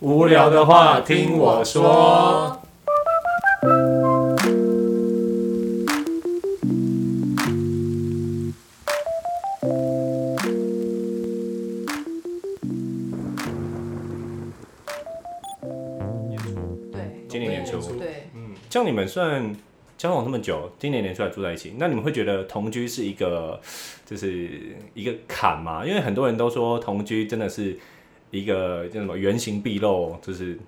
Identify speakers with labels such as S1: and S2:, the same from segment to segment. S1: 无聊的话听我说。
S2: 对，
S1: 嗯今年年初
S2: 对，
S1: 像你们算交往这么久，今年年出来住在一起，那你们会觉得同居是一个就是一个坎吗？因为很多人都说同居真的是一个叫什么原形毕露，就是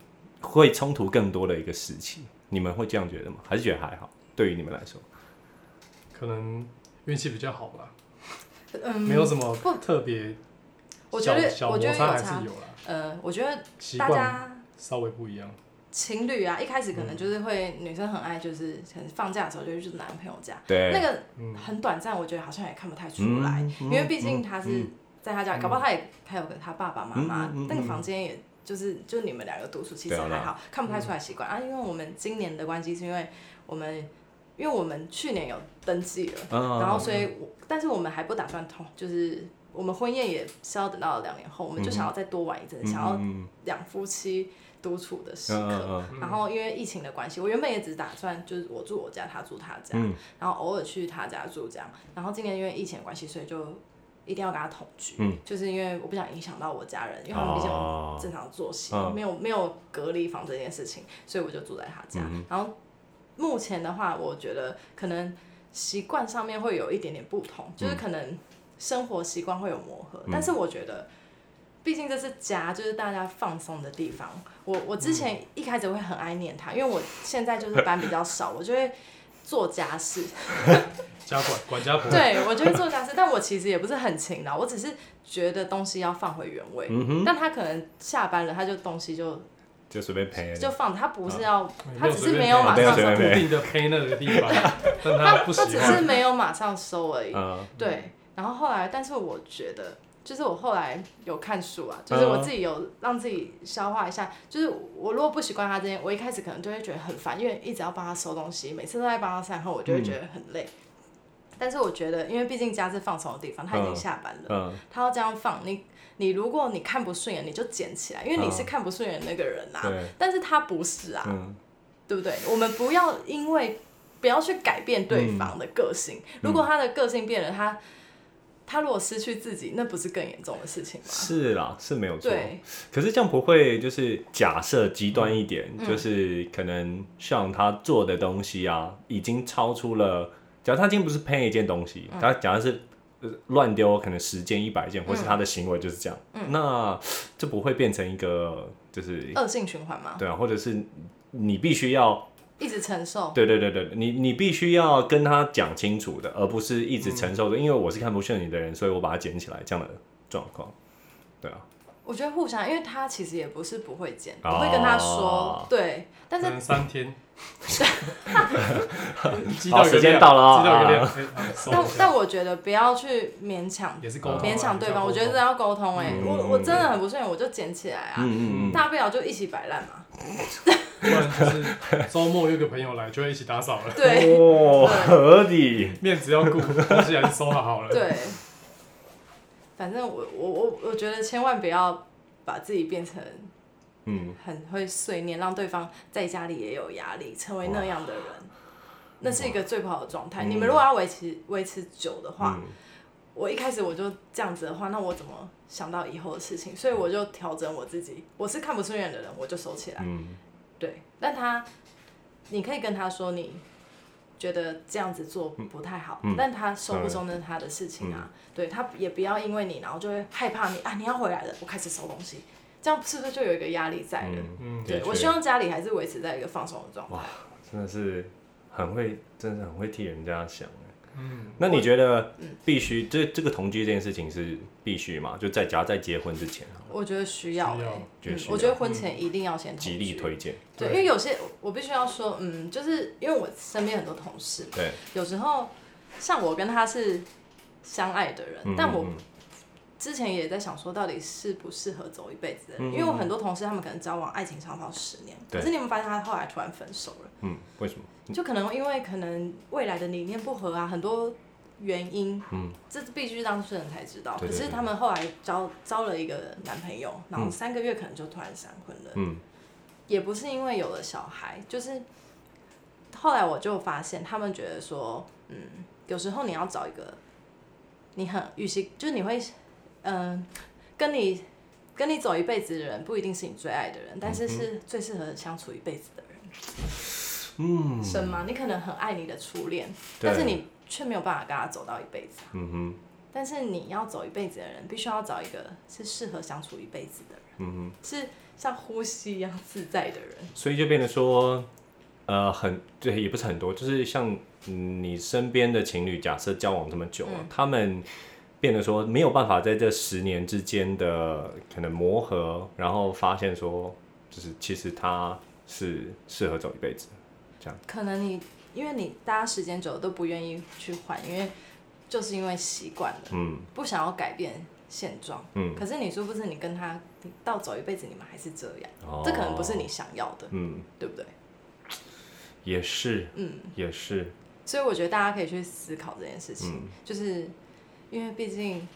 S1: 会冲突更多的一个时期。你们会这样觉得吗？还是觉得还好？对于你们来说，
S3: 可能运气比较好吧，
S2: 嗯，
S3: 没有什么
S2: 不
S3: 特别
S2: 我觉
S3: 小
S2: 得
S3: 小
S2: 我
S3: 摩
S2: 觉得
S3: 擦还
S2: 有
S3: 是
S2: 差。
S3: 有啦，
S2: 呃，我觉得
S3: 习
S2: 大
S3: 惯嗯
S2: 家
S3: 稍微不一样。
S2: 情侣啊，一开始可能就是会女生很爱，就是可能放假的时候就去男朋友家，
S1: 对，
S2: 那个
S3: 嗯，
S2: 很短暂，我觉得好像也看不太
S1: 嗯
S2: 出来，
S1: 嗯
S2: 因为毕竟他
S1: 嗯
S2: 是在他家里，搞不好他也他有个他爸爸妈妈，
S1: 嗯嗯嗯嗯
S2: 那个房间也就是就你们两个独处，其实
S1: 对啊对
S2: 还
S1: 啊
S2: 好，看不太出来习惯啊。因为我们今年的关系是因为我们，因为我们去年有登记了，
S1: 嗯
S2: 然后所以我，但是我们还不打算通，就是我们婚宴也是要等到两年后，我们就想要再多玩一阵，想要
S1: 嗯
S2: 两夫妻独处的时
S1: 嗯
S2: 刻。
S1: 嗯
S2: 然后因为疫情的关系，我原本也只打算就是我住我家，他住他家，
S1: 嗯
S2: 然后偶尔去他家住这样。然后今年因为疫情的关系，所以就一定要跟他同居，
S1: 嗯
S2: 就是因为我不想影响到我家人，因为他们毕竟有
S1: 哦
S2: 正常作息，
S1: 嗯
S2: 没有没有隔离房这件事情，所以我就住在他
S1: 嗯
S2: 家。然后目前的话，我觉得可能习惯上面会有一点点不同，就是
S1: 嗯
S2: 可能生活习惯会有磨合，但是我觉得。毕竟这是家，就是大家放松的地方。我我之前
S1: 嗯
S2: 一开始会很爱念他，因为我现在就是班比较少，我就会做家 事，
S3: 家管管家婆，
S2: 对，我就会做家事，但我其实也不是很勤劳，我只是觉得东西要放回原位。
S1: 嗯哼，
S2: 但他可能下班了，他就东西就
S1: 就随便陪，
S2: 就放，他不是要，
S3: 没有
S2: 他只是
S3: 随便
S2: 没有马
S1: 没有
S2: 上
S1: 随
S2: 收
S1: 便，
S3: 固定的配那个地 方，但他不喜
S2: 他只
S3: 欢
S2: 是。没有马上收而已。
S1: 嗯
S2: 对，然后后来，但是我觉得，就是我后来有看书啊，就是我
S1: 嗯
S2: 自己有让自己消化一下。就是我如果不习惯他这些，我一开始可能就会觉得很烦，因为一直要帮他收东西，每次都在帮他善后，我就会觉得很累。但是我觉得，因为毕竟家是放松的地方，他已经
S1: 嗯
S2: 下班了，
S1: 嗯，
S2: 他要这样放你，你如果你看不顺眼，你就捡起来，因为你是看不顺眼的那个人啊。
S1: 对，
S2: 但是他不是啊，
S1: 嗯
S2: 对不对？我们不要因为不要去改变对方的个性。
S1: 嗯
S2: 如果他的个性变了，他他如果失去自己，那不是更严重的事情吗？
S1: 是啦，是没有错。
S2: 对，
S1: 可是这样不会就是假设极端一点，
S2: 嗯
S1: 就是可能像他做的东西啊，已经超出了。假如他今天不是喷一件东西，
S2: 嗯
S1: 他假如是呃乱丢，可能十件、一百件，或是
S2: 嗯
S1: 他的行为就是这样，那这不会变成一个就是
S2: 恶性循环嘛，
S1: 对啊，或者是你必须
S2: 哦
S1: 要
S2: 一直承受。
S1: 对对对对，你你必须要跟他讲清楚的，而不是一直承
S2: 嗯
S1: 受着。因为我是看不顺你的人，所以我把它捡起来这样的状况。对啊，
S2: 我觉得互相，因为他其实也不是不会见，
S1: 哦
S2: 我会跟他说，对，但
S3: 可
S2: 是
S3: 能三 天。 积
S1: 好
S3: 一个
S1: 时间
S3: 量
S1: 到了啊
S3: 积到一个量哎好收
S2: 但
S3: 一下
S2: 但我觉得不要去勉强
S3: 也是沟通啊，
S2: 勉强对方，我觉得
S3: 这
S2: 这要沟通哎、
S1: 嗯
S2: 我我真的很不顺眼，我就捡起来啊，
S1: 嗯嗯嗯，
S2: 大不了就一起摆烂 嘛，
S3: 不然就是周末约个朋友来，就会一起打扫了，
S2: 对
S1: 哦，
S2: 对
S1: 合理。
S3: 面子要顾，东西还是收好好了。
S2: 对，反正我我我我觉得千万不要把自己变成
S1: 嗯，
S2: 很会碎念，让对方在家里也有压力，成为那样的人，那是一个最不好的状态。
S1: 嗯
S2: 你们如果要维持维持久的话，
S1: 嗯
S2: 我一开始我就这样子的话，那我怎么想到以后的事情？所以我就调整我自己，我是看不顺眼的人，我就收起来。
S1: 嗯
S2: 对，但他，你可以跟他说你觉得这样子做不太好，
S1: 嗯
S2: 但他收不收那是他的事情啊。对他也不要因为你，然后就会害怕你啊，你要回来了，我开始收东西，这样是不是就有一个压力在了？
S1: 嗯，
S3: 嗯，
S2: 对
S1: 的确
S2: 我希望家里还是维持在一个放松的状态。
S1: 哇，真的是很会，真的很会替人家想。欸
S3: 嗯，
S1: 那你觉得
S2: 嗯
S1: 必须这这个同居这件事情是必须吗？就在假如在结婚之前，
S2: 我觉得需要、
S3: 需要
S2: 欸，
S1: 觉得
S2: 嗯
S1: 需，要
S2: 我觉得婚前一定要先同
S1: 极力
S2: 居
S1: 推荐。
S2: 对，因为有些我必须要说，嗯，就是因为我身边很多同事嘛，
S1: 对，
S2: 有时候像我跟他是相爱的人，
S1: 嗯
S2: 但我
S1: 嗯嗯
S2: 之前也在想说，到底适不适合走一辈子的
S1: 嗯
S2: 人？因为我很多同事他们可能交往爱情长跑十年，
S1: 对
S2: 可是你们发现他后来突然分手了，
S1: 嗯，为什么？
S2: 就可能因为可能未来的理念不合啊，很多原因，
S1: 嗯，
S2: 这是必须当事人才知道。
S1: 对对
S2: 可
S1: 对
S2: 是他们后来交交了一个男朋友，然后三个月可能就突然闪婚了，
S1: 嗯
S2: 也不是因为有了小孩，就是后来我就发现，他们觉得说，嗯，有时候你要找一个你很与其就是你会，嗯、跟你跟你走一辈子的人不一定是你最爱的人，但是是最适合相处一辈子的人。
S1: 嗯，
S2: 什么？你可能很爱你的初恋，
S1: 对
S2: 但是你却没有办法跟他走到一辈子。啊
S1: 嗯哼，
S2: 但是你要走一辈子的人，必须要找一个是适合相处一辈子的人，
S1: 嗯
S2: 是像呼吸一样自在的人。
S1: 哼，所以就变得说，呃，很对，也不是很多，就是像嗯你身边的情侣，假设交往这么久、
S2: 嗯
S1: 啊，他们变得说没有办法在这十年之间的可能磨合，然后发现说，就是其实他是适合走一辈子，
S2: 可能你因为你大家时间久了都不愿意去换，因为就是因为习惯了，
S1: 嗯
S2: 不想要改变现状。
S1: 嗯，
S2: 可是你殊不知，你跟他你到走一辈子，你们还是这样，
S1: 哦
S2: 这可能不是你，想要的，
S1: 嗯，
S2: 对不对？
S1: 也是，
S2: 嗯，
S1: 也是，
S2: 所以我觉得大家可以去思考这件事情，
S1: 嗯
S2: 就是因为毕竟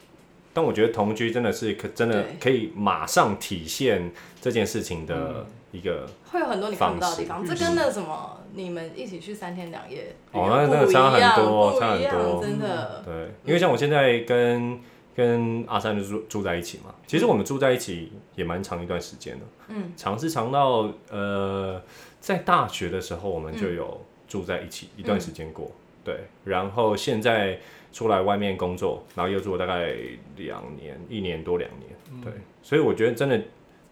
S1: 但我觉得同居真的是可真的
S2: 对
S1: 可以马上体现这件事情
S2: 嗯
S1: 的一个。
S2: 会有很多你看不到的地方，
S3: 方
S2: 这
S3: 式
S2: 跟那什么你们一起去三天两夜
S1: 哦那那个
S2: 不一
S1: 差很
S2: 样，
S1: 多
S2: 不
S1: 差很
S2: 一样，
S1: 多嗯
S2: 真的。
S1: 对，因为像我现在跟跟阿三就住住在一起嘛，其实我们住在一起也蛮长一段时间的，
S2: 嗯，
S1: 长是长到呃，在大学的时候我们
S2: 嗯
S1: 就有住在一起一段时间过，对，然后现在出来外面工作，然后又做大概两年，一年多两年，对，所以我觉得真的，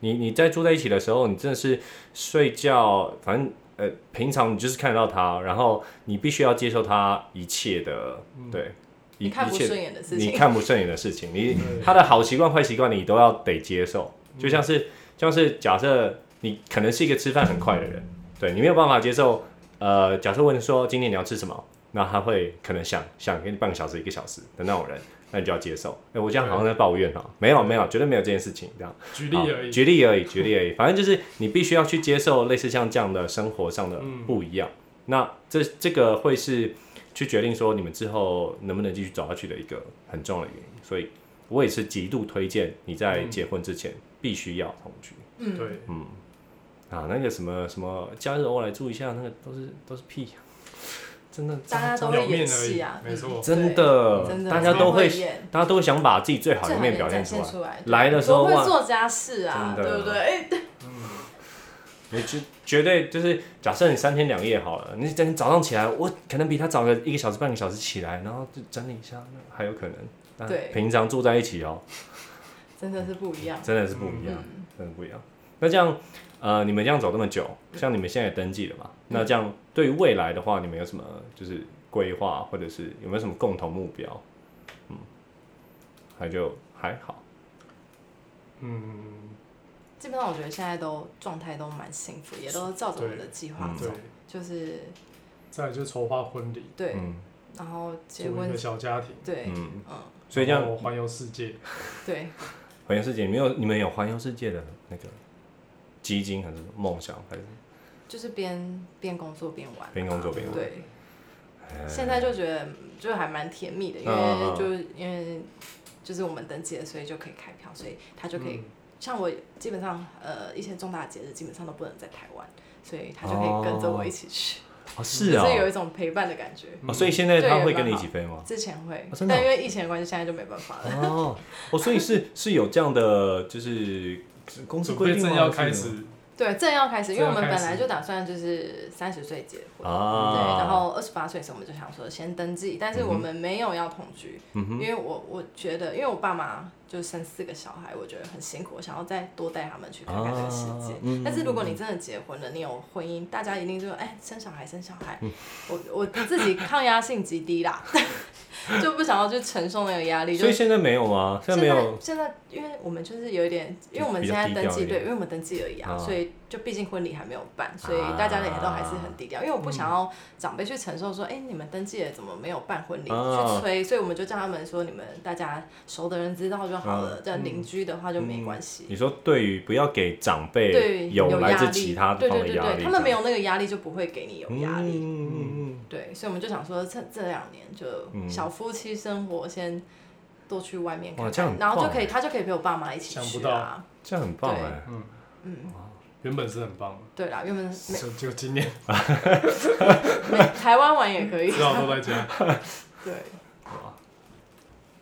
S1: 你你在住在一起的时候，你真的是睡觉，反正。呃，平常你就是看得到他，然后你必须要接受他一切的，对，一
S2: 嗯你看不
S1: 一切
S2: 顺眼的事
S1: 你
S2: 情，
S1: 看不顺眼的事情，你
S3: 对
S1: 他的好习惯、坏习惯，你都要得接受。就像是，就像是假设你可能是一个吃饭很快的人，对你没有办法接受。呃，假设问说今天你要吃什么，那他会可能想想给你半个小时、一个小时的那种人，那你就要接受。哎、我这样好像在抱怨哦、没有没有，绝对没有这件事情这样。
S3: 举例
S1: 好
S3: 而已。
S1: 举例而已，举例而已。反正就是你必须要去接受类似像这样的生活上的
S3: 嗯
S1: 不一样。那这这个会是去决定说你们之后能不能继续走下去的一个很重要的原因。所以我也是极度推荐你在
S3: 嗯
S1: 结婚之前必须要同居。
S2: 嗯，
S3: 对，
S1: 嗯，啊，那个什么什么假日偶尔来住一下，那个都是都是屁，啊真的
S2: 大家都
S3: 表
S2: 会
S3: 面
S2: 演
S3: 而
S2: 戏
S3: 已
S2: 啊，，
S3: 没错。
S1: 真的
S2: 真的
S1: 大家都
S2: 会
S1: 会
S2: 演，
S1: 大家都想把自己最好的
S2: 最
S1: 一
S2: 好
S1: 面表
S2: 展
S1: 现出
S2: 现
S1: 来。
S2: 出来。
S1: 来的时候
S2: 多
S1: 哇
S2: 会做家事啊，
S1: 真的
S2: 对不对？哎，
S1: 你绝绝对就是，假设你三天两夜好了，你等你早上起来，我可能比他早个一个小时、半个小时起来，然后就整理一下，那还有可能。但
S2: 对
S1: 平常住在一起哦，
S2: 真的是不一样。
S1: 真的是不一样，
S2: 嗯
S1: 真的不一样。那这样，呃，你们这样走这么久，像你们现在也登记了嘛？那这样对于未来的话，你们有什么就是规划，或者是有没有什么共同目标？嗯，还就还好，
S3: 嗯，
S2: 基本上我觉得现在都状态都蛮幸福，也都照着我们的计划
S1: 嗯
S2: 走
S3: 对，。
S2: 就是
S3: 再来就是筹划婚礼，
S2: 对，
S1: 嗯
S2: 然后结
S3: 组一
S2: 婚
S3: 个，小家庭，
S2: 对，
S1: 嗯，
S2: 嗯，
S1: 所以这样
S3: 然后环游世界。
S2: 对，
S1: 环游世界，你们有你们有环游世界的那个基金还是梦想还是？
S2: 就是边边工作边玩，
S1: 边工作边玩哎
S2: 对。现在就觉得就还蛮甜蜜的，因
S1: 嗯嗯
S2: 为
S1: 嗯
S2: 就是因为就是我们登记了，所以就可以开票，所以他就可以
S3: 嗯
S2: 像我基本上呃一些重大节日基本上都不能在台湾，所以他就可以跟着我一起去，
S1: 哦，是啊、
S2: 就是有一种陪伴的感觉。
S1: 哦，所以现在
S2: 对
S1: 他
S2: 也
S1: 会
S2: 蛮
S1: 跟你一
S2: 好
S1: 起飞吗？
S2: 之前会，
S1: 哦真的哦
S2: 但因为疫情的关系，现在就没办法了。
S1: 哦，哦，所以是是有这样的，就是公司
S3: 准
S1: 规
S3: 备
S1: 定吗
S3: 正要
S1: 还
S3: 开
S1: 是什么
S3: 始，
S2: 对，正要开始，因为我们
S3: 正
S2: 本
S3: 要开始
S2: 来就打算就是三十岁结婚，
S1: 啊嗯
S2: 对，然后二十八岁的时候我们就想说先登记，但是我们没有要同居，因为我我觉得，因为我爸妈就生四个小孩，我觉得很辛苦，我想要再多带他们去看看这个世界。
S1: 啊嗯
S2: 但是如果你真的结婚了，你有婚姻，大家一定就哎生小孩生小孩，
S1: 嗯
S2: 我我自己抗压性极低啦， 就不想要去承受那个压力，就
S1: 所以现在没有吗？现在没有，
S2: 现在因为我们就是有一点，因为我们
S1: 比
S2: 现
S1: 较
S2: 在
S1: 低
S2: 登
S1: 调一
S2: 记，
S1: 点
S2: 对，因为我们登记而已啊，
S1: 啊
S2: 所以就毕竟婚礼还没有办，所以大家的也都还是很低调。因为我不想要长辈去承受说，哎、你们登记了怎么没有办婚礼、
S1: 啊
S2: 去催，所以我们就叫他们说，你们大家熟的人知道就好了，这样邻居的话就没关系。
S1: 你说对于不要给长
S2: 对，
S1: 辈
S2: 有
S1: 嗯来
S2: 压
S1: 自
S2: 力，
S1: 其他
S2: 对
S1: 地方
S2: 对
S1: 的
S2: 对
S1: 压
S2: 对，
S1: 力，
S2: 他们没有那个压力就不会给你有
S1: 这样
S2: 压
S1: 嗯
S2: 力。
S1: 嗯嗯嗯
S2: 对，所以我们就想说这这两年就
S1: 嗯
S2: 小夫妻生活先多去外面
S1: 哇
S2: 看
S1: 这样
S2: 看，
S1: 很
S2: 然后就
S1: 棒
S2: 可以他就可以陪我爸妈一起
S3: 想不
S2: 去
S3: 到
S2: 啊。
S1: 这样很棒
S2: 对
S1: 哎，
S2: 嗯，
S3: 原本是很棒，
S2: 对啦，原本美
S3: 就就今年
S2: 美台湾玩也 可以，
S3: 至少都在家，
S2: 对
S1: 哇，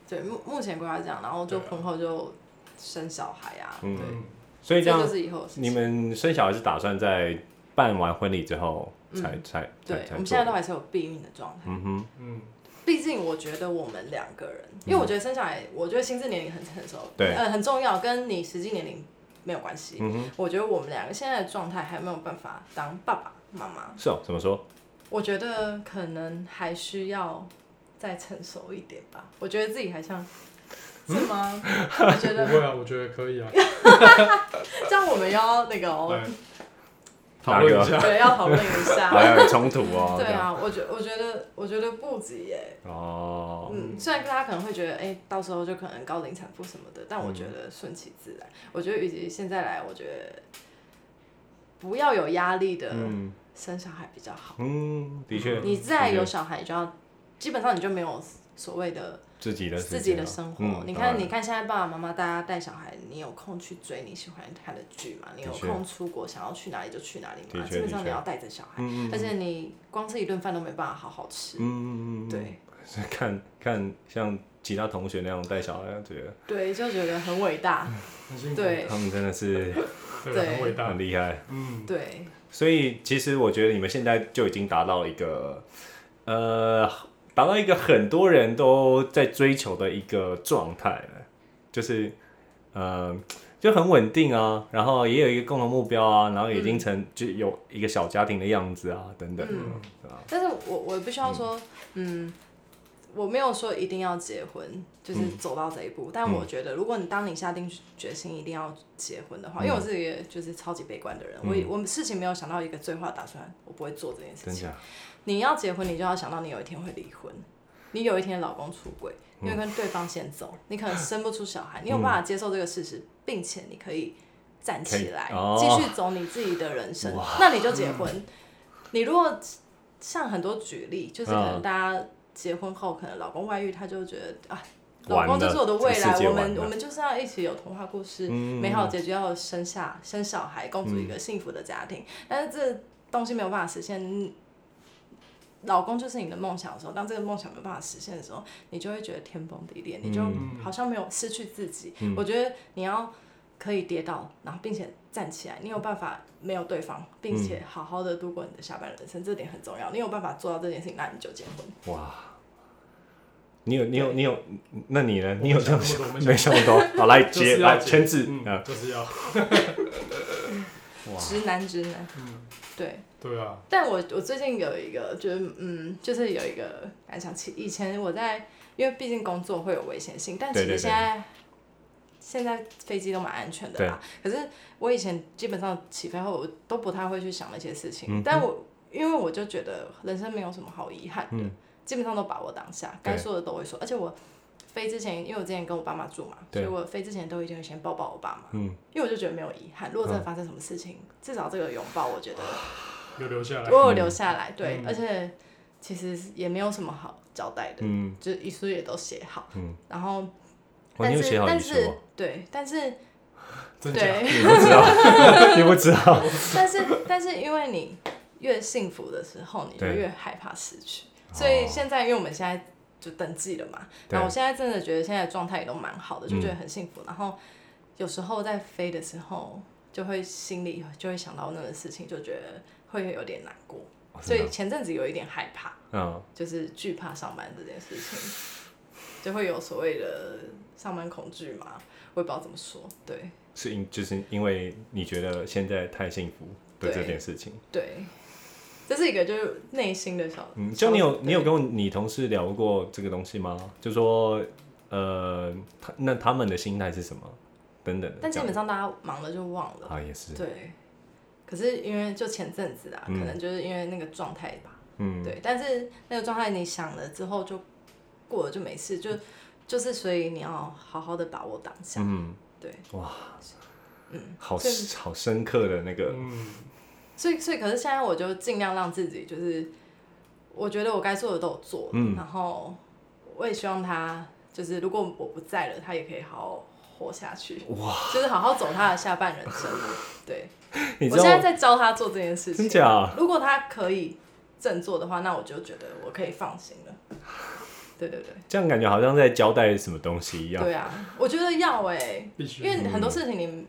S2: 对，目目前规划是这样，然后就
S3: 对啊
S2: 婚后就生小孩啊，
S1: 嗯
S2: 对，
S3: 嗯，
S1: 所以这
S2: 这
S1: 样
S2: 就是以后的事情
S1: 你们生小孩是打算在办完婚礼之后才、才才
S2: 嗯对，
S1: 才
S2: 我们现在都
S1: 做
S2: 还是有避孕的状态。
S1: 嗯哼，
S3: 嗯，
S2: 毕竟我觉得我们两个人，因为我觉得生小孩，我觉得心智年龄很很熟，
S1: 嗯对
S2: 呃，很重要，跟你实际年龄没有关系。
S1: 嗯哼，
S2: 我觉得我们两个现在的状态还没有办法当爸爸妈妈，
S1: 是哦，怎么说？
S2: 我觉得可能还需要再成熟一点吧。我觉得自己还像。是吗？我觉
S3: 不
S2: 得
S3: 会啊，我觉得可 以啊，哎
S2: 这样我们要那 个哦，
S3: 对，讨论一下，
S2: 对，要讨论一 下。
S1: 还有冲突哦，
S2: 对
S1: 这样，
S2: 啊，我觉我觉得我觉得不急耶。
S1: 哦，
S2: 嗯，虽然大家可能会觉得，哎、到时候就可能高龄产妇什么的，但我觉得顺其自然。我觉得与其现在来，我觉得不要有压力的
S1: 嗯
S2: 生小孩比较好。
S1: 嗯，的确，
S2: 你再
S1: 的确
S2: 有小孩，就要基本上你就没有所谓的
S1: 自己的时间
S2: 自己的
S1: 了
S2: 生活。
S1: 嗯
S2: 你
S1: 当然
S2: 看，你看现在爸爸妈妈大家带小孩，你有空去追你喜欢看的剧嘛？你有
S1: 的确
S2: 空出国，想要去哪里就去哪里嘛。
S1: 的确
S2: 基本上
S1: 的
S2: 你
S1: 确
S2: 要带着小孩，
S1: 嗯嗯
S2: 而且你光吃一顿饭都没办法好好吃。
S1: 嗯嗯嗯，嗯，
S2: 对
S1: 是 看看像其他同学那样带小孩，觉得
S2: 对，就觉得很伟 大。
S3: 很辛苦，
S2: 对
S1: 他们真的是
S3: 对，啊很伟大
S1: 很，厉害。
S3: 嗯，
S2: 对，
S1: 所以其实我觉得你们现在就已经达到一个，呃，达到一个很多人都在追求的一个状态了，就是，呃，就很稳定啊，然后也有一个共同目标啊，然后已经成、就有一个小家庭的样子啊，等等，
S2: 嗯
S1: 对吧？
S2: 但是我我必须要说，嗯。我没有说一定要结婚，就是走到这一步。但我觉得，如果你当你下定决心一定要结婚的话，因为我是一个就是超级悲观的人，我也我事情没有想到一个最坏的打算，我不会做这件事
S1: 真
S2: 情。
S1: 假？
S2: 你要结婚，你就要想到你有一天会离婚，你有一天老公出轨，
S1: 嗯
S2: 你会跟对方先走，你可能生不出小孩，你有办法接受这个事实，并且你可以站起来
S1: 可以哦，
S2: 继续走你自己的人生，那你就结婚。你如果像很多举例，就是可能
S1: 嗯
S2: 大家结婚后，可能老公外遇，他就觉得啊。老
S1: 完了
S2: 公就是我的未
S1: 这个世
S2: 来，
S1: 界
S2: 我
S1: 完
S2: 们
S1: 了
S2: 我们就是要一起有童话故事，
S1: 嗯
S2: 美好结局要生下生小孩，共组一个幸福的家庭。但是这东西没有办法实现，老公就是你的梦想的时候，当这个梦想没有办法实现的时候，你就会觉得天崩地裂，你就
S1: 嗯
S2: 好像没有失去自己。我觉得你要可以跌倒，然后并且站起来，你有办法没有对方，并且好好的度过你的下半人生，这点很重要。你有办法做到这件事情，那你就结婚。
S1: 哇！你有你有
S2: 对
S1: 你有，那你呢？
S3: 没
S1: 你有这样
S3: 想那么多
S1: 没想到？好，来
S3: 就
S1: 接
S3: 是要
S1: 来
S3: 结
S1: 签字
S3: 嗯
S1: 啊！
S3: 就是要，
S1: 哇
S2: 直男，直男，
S3: 嗯，
S2: 对。
S3: 对啊，
S2: 但我我最近有一个，就是嗯，就是有一个感想，其以前我在，因为毕竟工作会有危险性，但其
S1: 对对对
S2: 实现在现在飞机都蛮安全的啦。可是我以前基本上起飞后，我都不太会去想那些事情，
S1: 嗯哼
S2: 但我因为我就觉得人生没有什么好遗憾的，
S1: 嗯
S2: 基本上都把握当下，
S1: 对
S2: 该说的都会说，而且我。飞之前，因为我之前跟我爸妈住嘛，所
S1: 对
S2: 以我飞之前都一定会先抱抱我爸妈，
S1: 嗯
S2: 因为我就觉得没有遗憾。如果真的发生什么事情，至少这个拥抱，我觉得
S3: 又留下来，
S2: 我有留下来，对，
S3: 嗯
S2: 而且其实也没有什么好交代的，
S1: 嗯
S2: 就是遗书也都写好，
S1: 嗯，
S2: 然后
S1: 哇，你
S2: 但
S1: 有
S2: 是
S1: 写好遗
S2: 但
S1: 书
S2: 是
S1: 哦？
S2: 对，但是
S3: 真假？
S2: 对，
S1: 你不知道， 你不知道，
S2: 但是但是因为你越幸福的时候，你就
S1: 对哦
S2: 越害怕失去，所以现在因为我们现在就登记了嘛，
S1: 对
S2: 然后我现在真的觉得现在状态也都蛮好的，就
S1: 嗯
S2: 觉得很幸福，然后有时候在飞的时候，就会心里就会想到那个事情，就觉得会有点难过，
S1: 哦
S2: 所
S1: 真的
S2: 以前阵子有一点害怕。
S1: 嗯，
S2: 就是惧怕上班这件事情，就会有所谓的上班恐惧嘛，我也不知道怎么说。对
S1: 是因就是因为你觉得现在太幸福的
S2: 对
S1: 这件事情，
S2: 对，这是一个就是内心的小，
S1: 嗯，就你有
S2: 小
S1: 你有跟你同事聊过这个东西吗？就说呃，他那他们的心态是什么等等的，
S2: 但基
S1: 这样
S2: 本上大家忙了就忘了。
S1: 啊也是，
S2: 对，可是因为就前阵子啊，
S1: 嗯
S2: 可能就是因为那个状态吧。
S1: 嗯，
S2: 对，但是那个状态你想了之后就过了就没事，就就是所以你要好好的把握当下。
S1: 嗯，
S2: 对，
S1: 哇，
S2: 嗯，
S1: 好
S2: 所以
S1: 好深刻的那个，
S3: 嗯，
S2: 所以，所以，可是现在我就尽量让自己就是，我觉得我该做的都有做，
S1: 嗯
S2: 然后我也希望他就是如果我不在了，他也可以好好活下去，哇，就是好好走他的下半人生。啊对，
S1: 你
S2: 我
S1: 知
S2: 现在
S1: 道
S2: 在教他做这件事
S1: 真
S2: 情。
S1: 假？
S2: 如果他可以振作的话，那我就觉得我可以放心了。对对对，
S1: 这样感觉好像在交代什么东西一样，
S2: 对啊，我觉得要哎、
S3: 必须
S2: 因为很多事情你，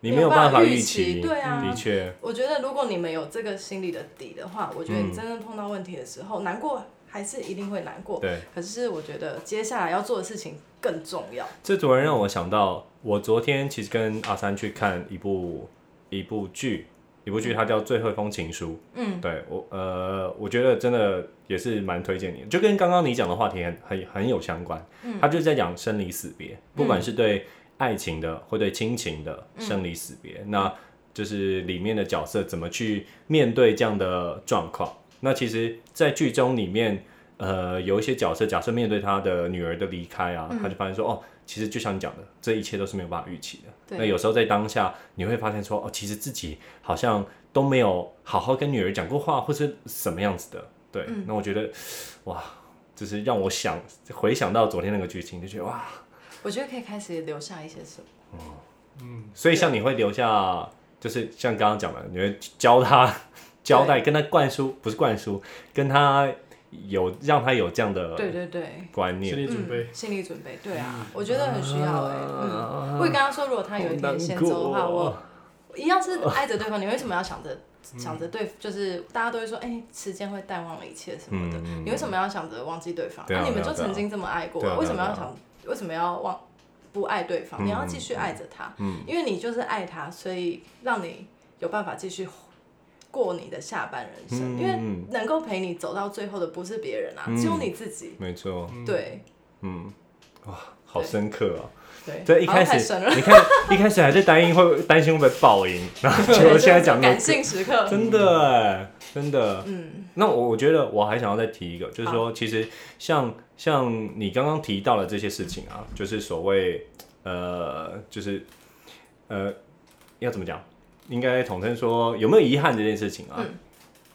S1: 你
S2: 没
S1: 没有
S2: 有办
S1: 办
S2: 法
S1: 法
S2: 预
S1: 预
S2: 期对啊
S1: 的确，
S2: 我觉得如果你们有这个心理的底的话，我觉得你真正碰到问题的时候，难过还是一定会难过。
S1: 嗯对。
S2: 可是我觉得接下来要做的事情更重要。
S1: 这突然让我想到，我昨天其实跟阿三去看一部一部剧，一部剧它叫《最后一封情书》。
S2: 嗯，
S1: 对我呃，我觉得真的也是蛮推荐你的，就跟刚刚你讲的话题很很很有相关。嗯，它就是在讲生离死别，不管是对爱情的或对亲情的生离死别，那就是里面的角色怎么去面对这样的状况。那其实，在剧中里面，呃，有一些角色，假设面对他的女儿的离开啊，他就发现说，哦，其实就像你讲的，这一切都是没有办法预期的。
S2: 对
S1: 那有时候在当下，你会发现说，哦，其实自己好像都没有好好跟女儿讲过话，或是什么样子的。对，那我觉得，哇，就是让我想回想到昨天那个剧情，就觉得哇，
S2: 我觉得可以开始留下一些什么。
S3: 嗯，
S1: 所以像你会留下，就是像刚刚讲的，你会教他 交代，跟他灌输，不是灌输，跟他有让他有这样的
S2: 对对对，
S1: 观
S3: 心
S1: 念。
S3: 理准备
S2: 嗯，心理准备，对
S1: 嗯
S2: 啊，我觉得很需要哎、嗯，我也跟他说，如果他有一天先走的话，
S1: 啊好难过
S2: 我
S1: 哦
S2: 一样是爱着对方。你为什么要想
S1: 嗯
S2: 着想着对？就是大家都会说，哎、时间会淡忘了一切什么的。
S1: 嗯
S2: 你为什么要想着忘记对方？
S1: 对啊
S2: 你们
S1: 对
S2: 就
S1: 啊对啊
S2: 曾经这么爱过、
S1: 对啊对啊
S2: 为什么要
S1: 对啊
S2: 想？为什么要忘不爱对
S1: 嗯
S2: 方？你要继续爱着他、
S1: 嗯
S2: 因为你就是爱他，所以让你有办法继续过你的下半人
S1: 嗯
S2: 生。因
S1: 嗯
S2: 为能够陪你走到最后的不是别人啊，只有
S1: 嗯
S2: 你自己。
S1: 没错，
S2: 对
S1: 嗯，哇，好
S2: 对
S1: 深刻啊！
S2: 对，
S1: 对，一开
S2: 哎好像太
S1: 始
S2: 深了
S1: 你看，一开始还在担心会担心会不会爆音，然后结果现在讲
S2: 感
S1: 的，
S2: 性时 刻，
S1: 真的哎，真的，
S2: 嗯，
S1: 那我我觉得我还想要再提一个，就是说，其实像像你刚刚提到的这些事情啊，就是所谓呃，就是呃，要怎么讲？应该统称说有没有遗憾这件事情啊？
S2: 嗯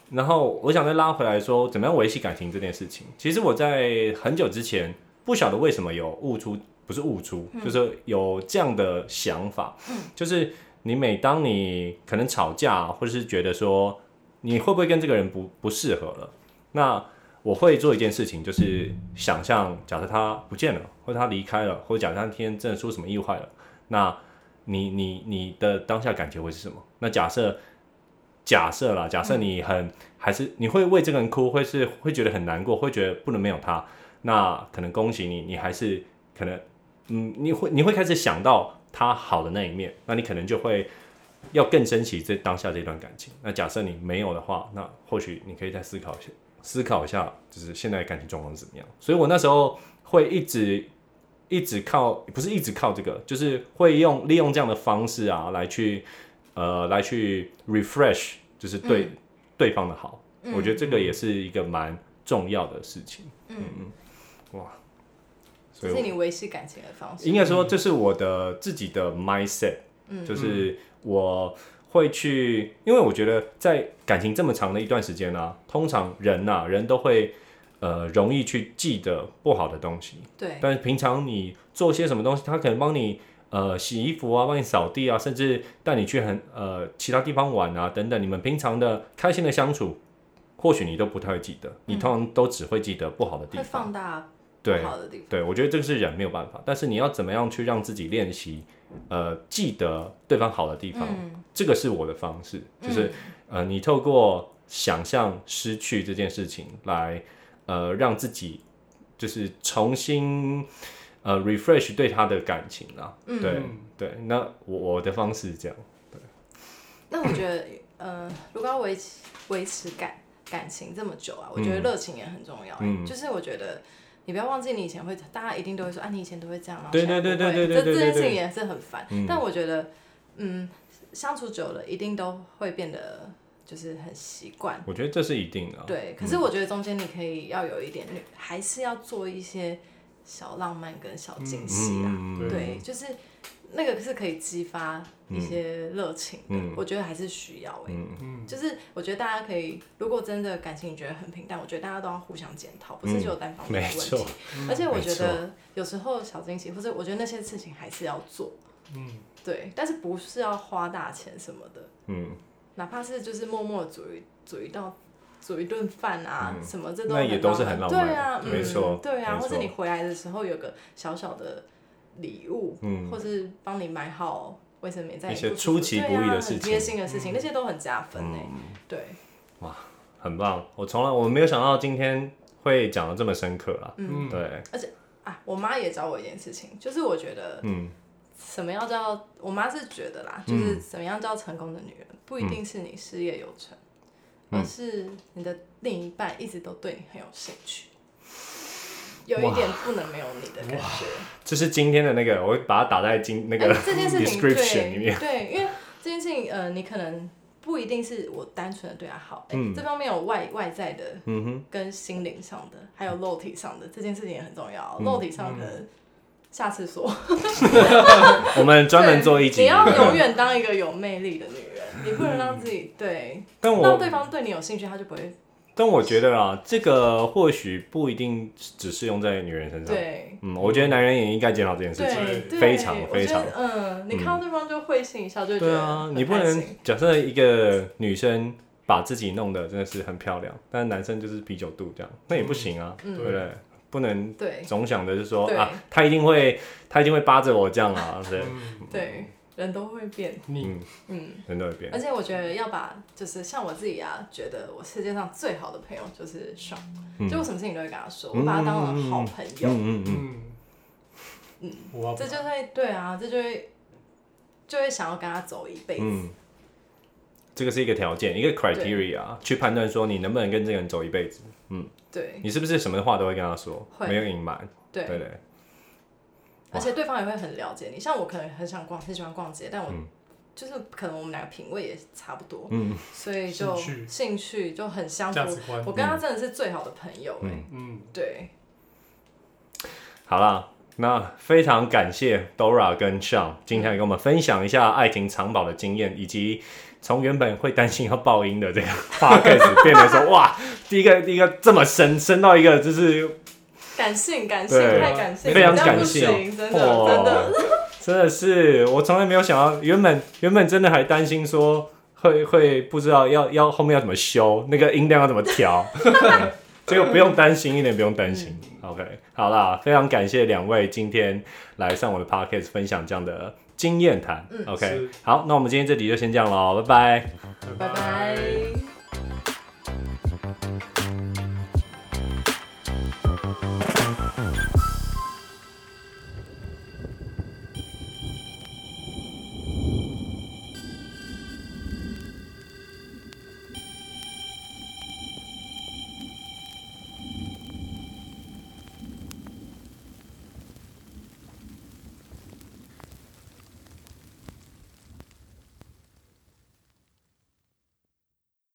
S1: 然后我想再拉回来说，怎么样维系感情这件事情？其实我在很久之前不晓得为什么有悟出，不是悟出，
S2: 嗯
S1: 就是有这样的想法，就是你每当你可能吵架，或者是觉得说你会不会跟这个人不不适合了，那我会做一件事情，就是想象，假设他不见了，或者他离开了，或者假设他今天真的出什么意外了，那你你你的当下感觉会是什么？那假设假设啦，假设你很、还是你会为这个人哭，会是会觉得很难过，会觉得不能没有他，那可能恭喜你，你还是可能嗯，你会你会开始想到他好的那一面，那你可能就会要更珍惜这当下这段感情。那假设你没有的话，那或许你可以再思考一下，思考一下，就是现在的感情状况是怎么样。所以我那时候会一直一直靠，不是一直靠这个，就是会用利用这样的方式啊，来去呃来去 refresh，就是对、对方的好。我觉得这个也是一个蛮重要的事情。嗯嗯，哇，所
S2: 这
S1: 以我
S2: 是你维系感情的方式。
S1: 应该说这是我的自己的 mindset，、就是
S2: 嗯
S1: 我会去，因为我觉得在感情这么长的一段时间啊，通常人呐、人都会呃容易去记得不好的东西，
S2: 对，
S1: 但是平常你做些什么东西，他可能帮你呃洗衣服啊，帮你扫地啊，甚至带你去很呃其他地方玩啊等等。你们平常的开心的相处，或许你都不太会记得，你通常都只会记得不好的地
S2: 嗯会
S1: 方。
S2: 放大不
S1: 对，
S2: 好的地方。
S1: 对，我觉得这个是人没有办法，但是你要怎么样去让自己练习，呃，记得对方好的地方，
S2: 嗯
S1: 这个是我的方式，就是、
S2: 嗯
S1: 呃，你透过想象失去这件事情来，呃，让自己就是重新呃 refresh 对他的感情啦，
S2: 嗯
S1: 对
S3: 嗯
S1: 对，那我我的方式是这样，
S2: 那我觉得，呃，如果要维持维持感感情这么久啊，我觉得
S1: 嗯
S2: 热情也很重要欸、
S1: 嗯
S2: 就是我觉得。你不要忘记，你以前会，大家一定都会说，啊，你以前都会这样，然后
S1: 对
S2: 现在
S1: 对
S2: 不
S1: 对
S2: 会
S1: 对对
S2: 这
S1: 对
S2: 这
S1: 对
S2: 件事
S1: 对
S2: 情也是很烦、
S1: 嗯
S2: 但我觉得，嗯，相处久了，一定都会变得就是很习惯。
S1: 我觉得这是一定的啊，
S2: 对，可是我觉得中间你可以要有一点，你还是要做一些小浪漫跟小惊喜啊。
S1: 嗯，
S3: 对
S2: 对，就是那个是可以激发一些热情的，
S1: 嗯
S2: 我觉得还是需要、欸。
S1: 嗯
S3: 嗯，
S2: 就是我觉得大家可以，如果真的感情你觉得很平淡，我觉得大家都要互相检讨，不是只有单方面
S1: 嗯没
S2: 的问
S1: 错嗯
S2: 题。而且我
S1: 没
S2: 觉
S1: 错
S2: 得有时候小惊喜，或者我觉得那些事情还是要做，
S3: 嗯，
S2: 对，但是不是要花大钱什么的，
S1: 嗯，
S2: 哪怕是就是默默地煮一煮一道煮一顿饭啊，
S1: 嗯
S2: 什么这都
S1: 那也都是很浪漫
S2: 对啊，
S1: 没错
S2: 嗯，对啊，
S1: 没
S2: 或
S1: 错
S2: 者你回来的时候有个小小的礼物，
S1: 嗯
S2: 或是帮你买好卫生棉，在你
S1: 一些
S2: 不舒服
S1: 出其
S2: 对
S1: 不意的
S2: 啊
S1: 事情
S2: 很贴心的事情，那些都很加分呢。
S1: 嗯
S2: 对，
S1: 很棒。我从来我没有想到今天会讲的这么深刻啊。
S3: 嗯
S1: 对，
S2: 啊，我妈也教我一件事情，就是我觉得
S1: 嗯
S2: 什么样叫我妈是觉得啦，就是怎么样叫成功的女人，不一定是你事业有成，
S1: 嗯
S2: 而是你的另一半一直都对你很有兴趣，
S1: 嗯
S2: 有一点不能没有你的感觉。
S1: 这是今天的那个，我会把它打在今那
S2: 哎，
S1: 个、
S2: 这件事情
S1: description 里
S2: 对
S1: 面。
S2: 对，因为这件事情呃，你可能不一定是我单纯的对她好，哎、
S1: 嗯
S2: 这方面有外外在的
S1: 嗯哼，
S2: 跟心灵上的，还有肉体上的，这件事情也很重要。
S1: 嗯
S2: 肉体上可能下次说。
S1: 我们专门做一集。
S2: 对 你要永远当一个有魅力的女人，你不能让自己对
S1: 但
S2: 让
S1: 嗯我
S2: 对方对你有兴趣，他就不会
S1: 但我觉得啊，这个或许不一定只适用在女人身上。
S2: 对
S1: 嗯，我觉得男人也应该检讨这件事情。
S2: 对
S3: 情
S2: 对，
S1: 非常
S2: 我
S1: 非常
S2: 觉得嗯，你看到对方就会心一笑，就会觉
S1: 对
S2: 得
S1: 啊，
S2: 很
S1: 你不
S2: 开
S1: 能
S2: 心
S1: 假设一个女生把自己弄得真的是很漂亮，但男生就是啤酒肚这样，那也不行啊，
S2: 嗯
S1: 对不对？不能
S2: 对
S1: 总想着是说
S2: 对
S1: 啊，他一定会他一定会扒着我这样啊，对，
S3: 嗯
S2: 对人都会变，
S3: 你
S1: 嗯，
S2: 嗯。
S1: 人都会变
S2: 而。且我觉得要把，就是像我自己啊，觉得我世界上最好的朋友就是爽，
S1: 嗯
S2: 就我什么事情都会跟他说，我把他当成好朋友，
S1: 嗯嗯嗯，
S3: 嗯我要
S2: 嗯这就会对啊，这就会就会想要跟他走一辈子。
S1: 嗯，这个是一个条件，一个 criteria，去判断说你能不能跟这个人走一辈子，
S2: 对
S1: 你是不是什么话都会跟他说，
S2: 会
S1: 没有隐瞒，
S2: 对
S1: 对，对，
S2: 而且对方也会很了解你。像我可能很想逛，很喜欢逛街，但我、
S1: 嗯
S2: 就是可能我们两个品味也差不多，
S1: 嗯
S2: 所以就
S3: 兴趣
S2: 就很相符
S3: 价。值观，
S2: 我跟他真的是最好的朋友、欸，
S1: 嗯，
S3: 嗯，
S2: 对，
S1: 好啦，那非常感谢 Dora 跟 Sean 今天来跟我们分享一下爱情藏宝的经验，以及从原本会担心要爆音的这个 podcast 变得说哇，第一个第一个这么深深到一个就是
S2: 感性感性
S1: 对
S2: 太感性，
S1: 非常
S2: 这样
S1: 感
S2: 不
S1: 性
S2: 行，真的
S1: 哇
S2: 真的，
S1: 真的是我从来没有想到，原本原本真的还担心说会会不知道要要后面要怎么修，那个音量要怎么调， 这个不用担心，一点不用担心。OK，好啦，非常感谢两位今天来上我的 Podcast 分享这样的经验谈。
S2: 嗯
S1: OK，
S3: 是
S1: 好，那我们今天这集就先这样喽，拜拜。
S2: 拜拜。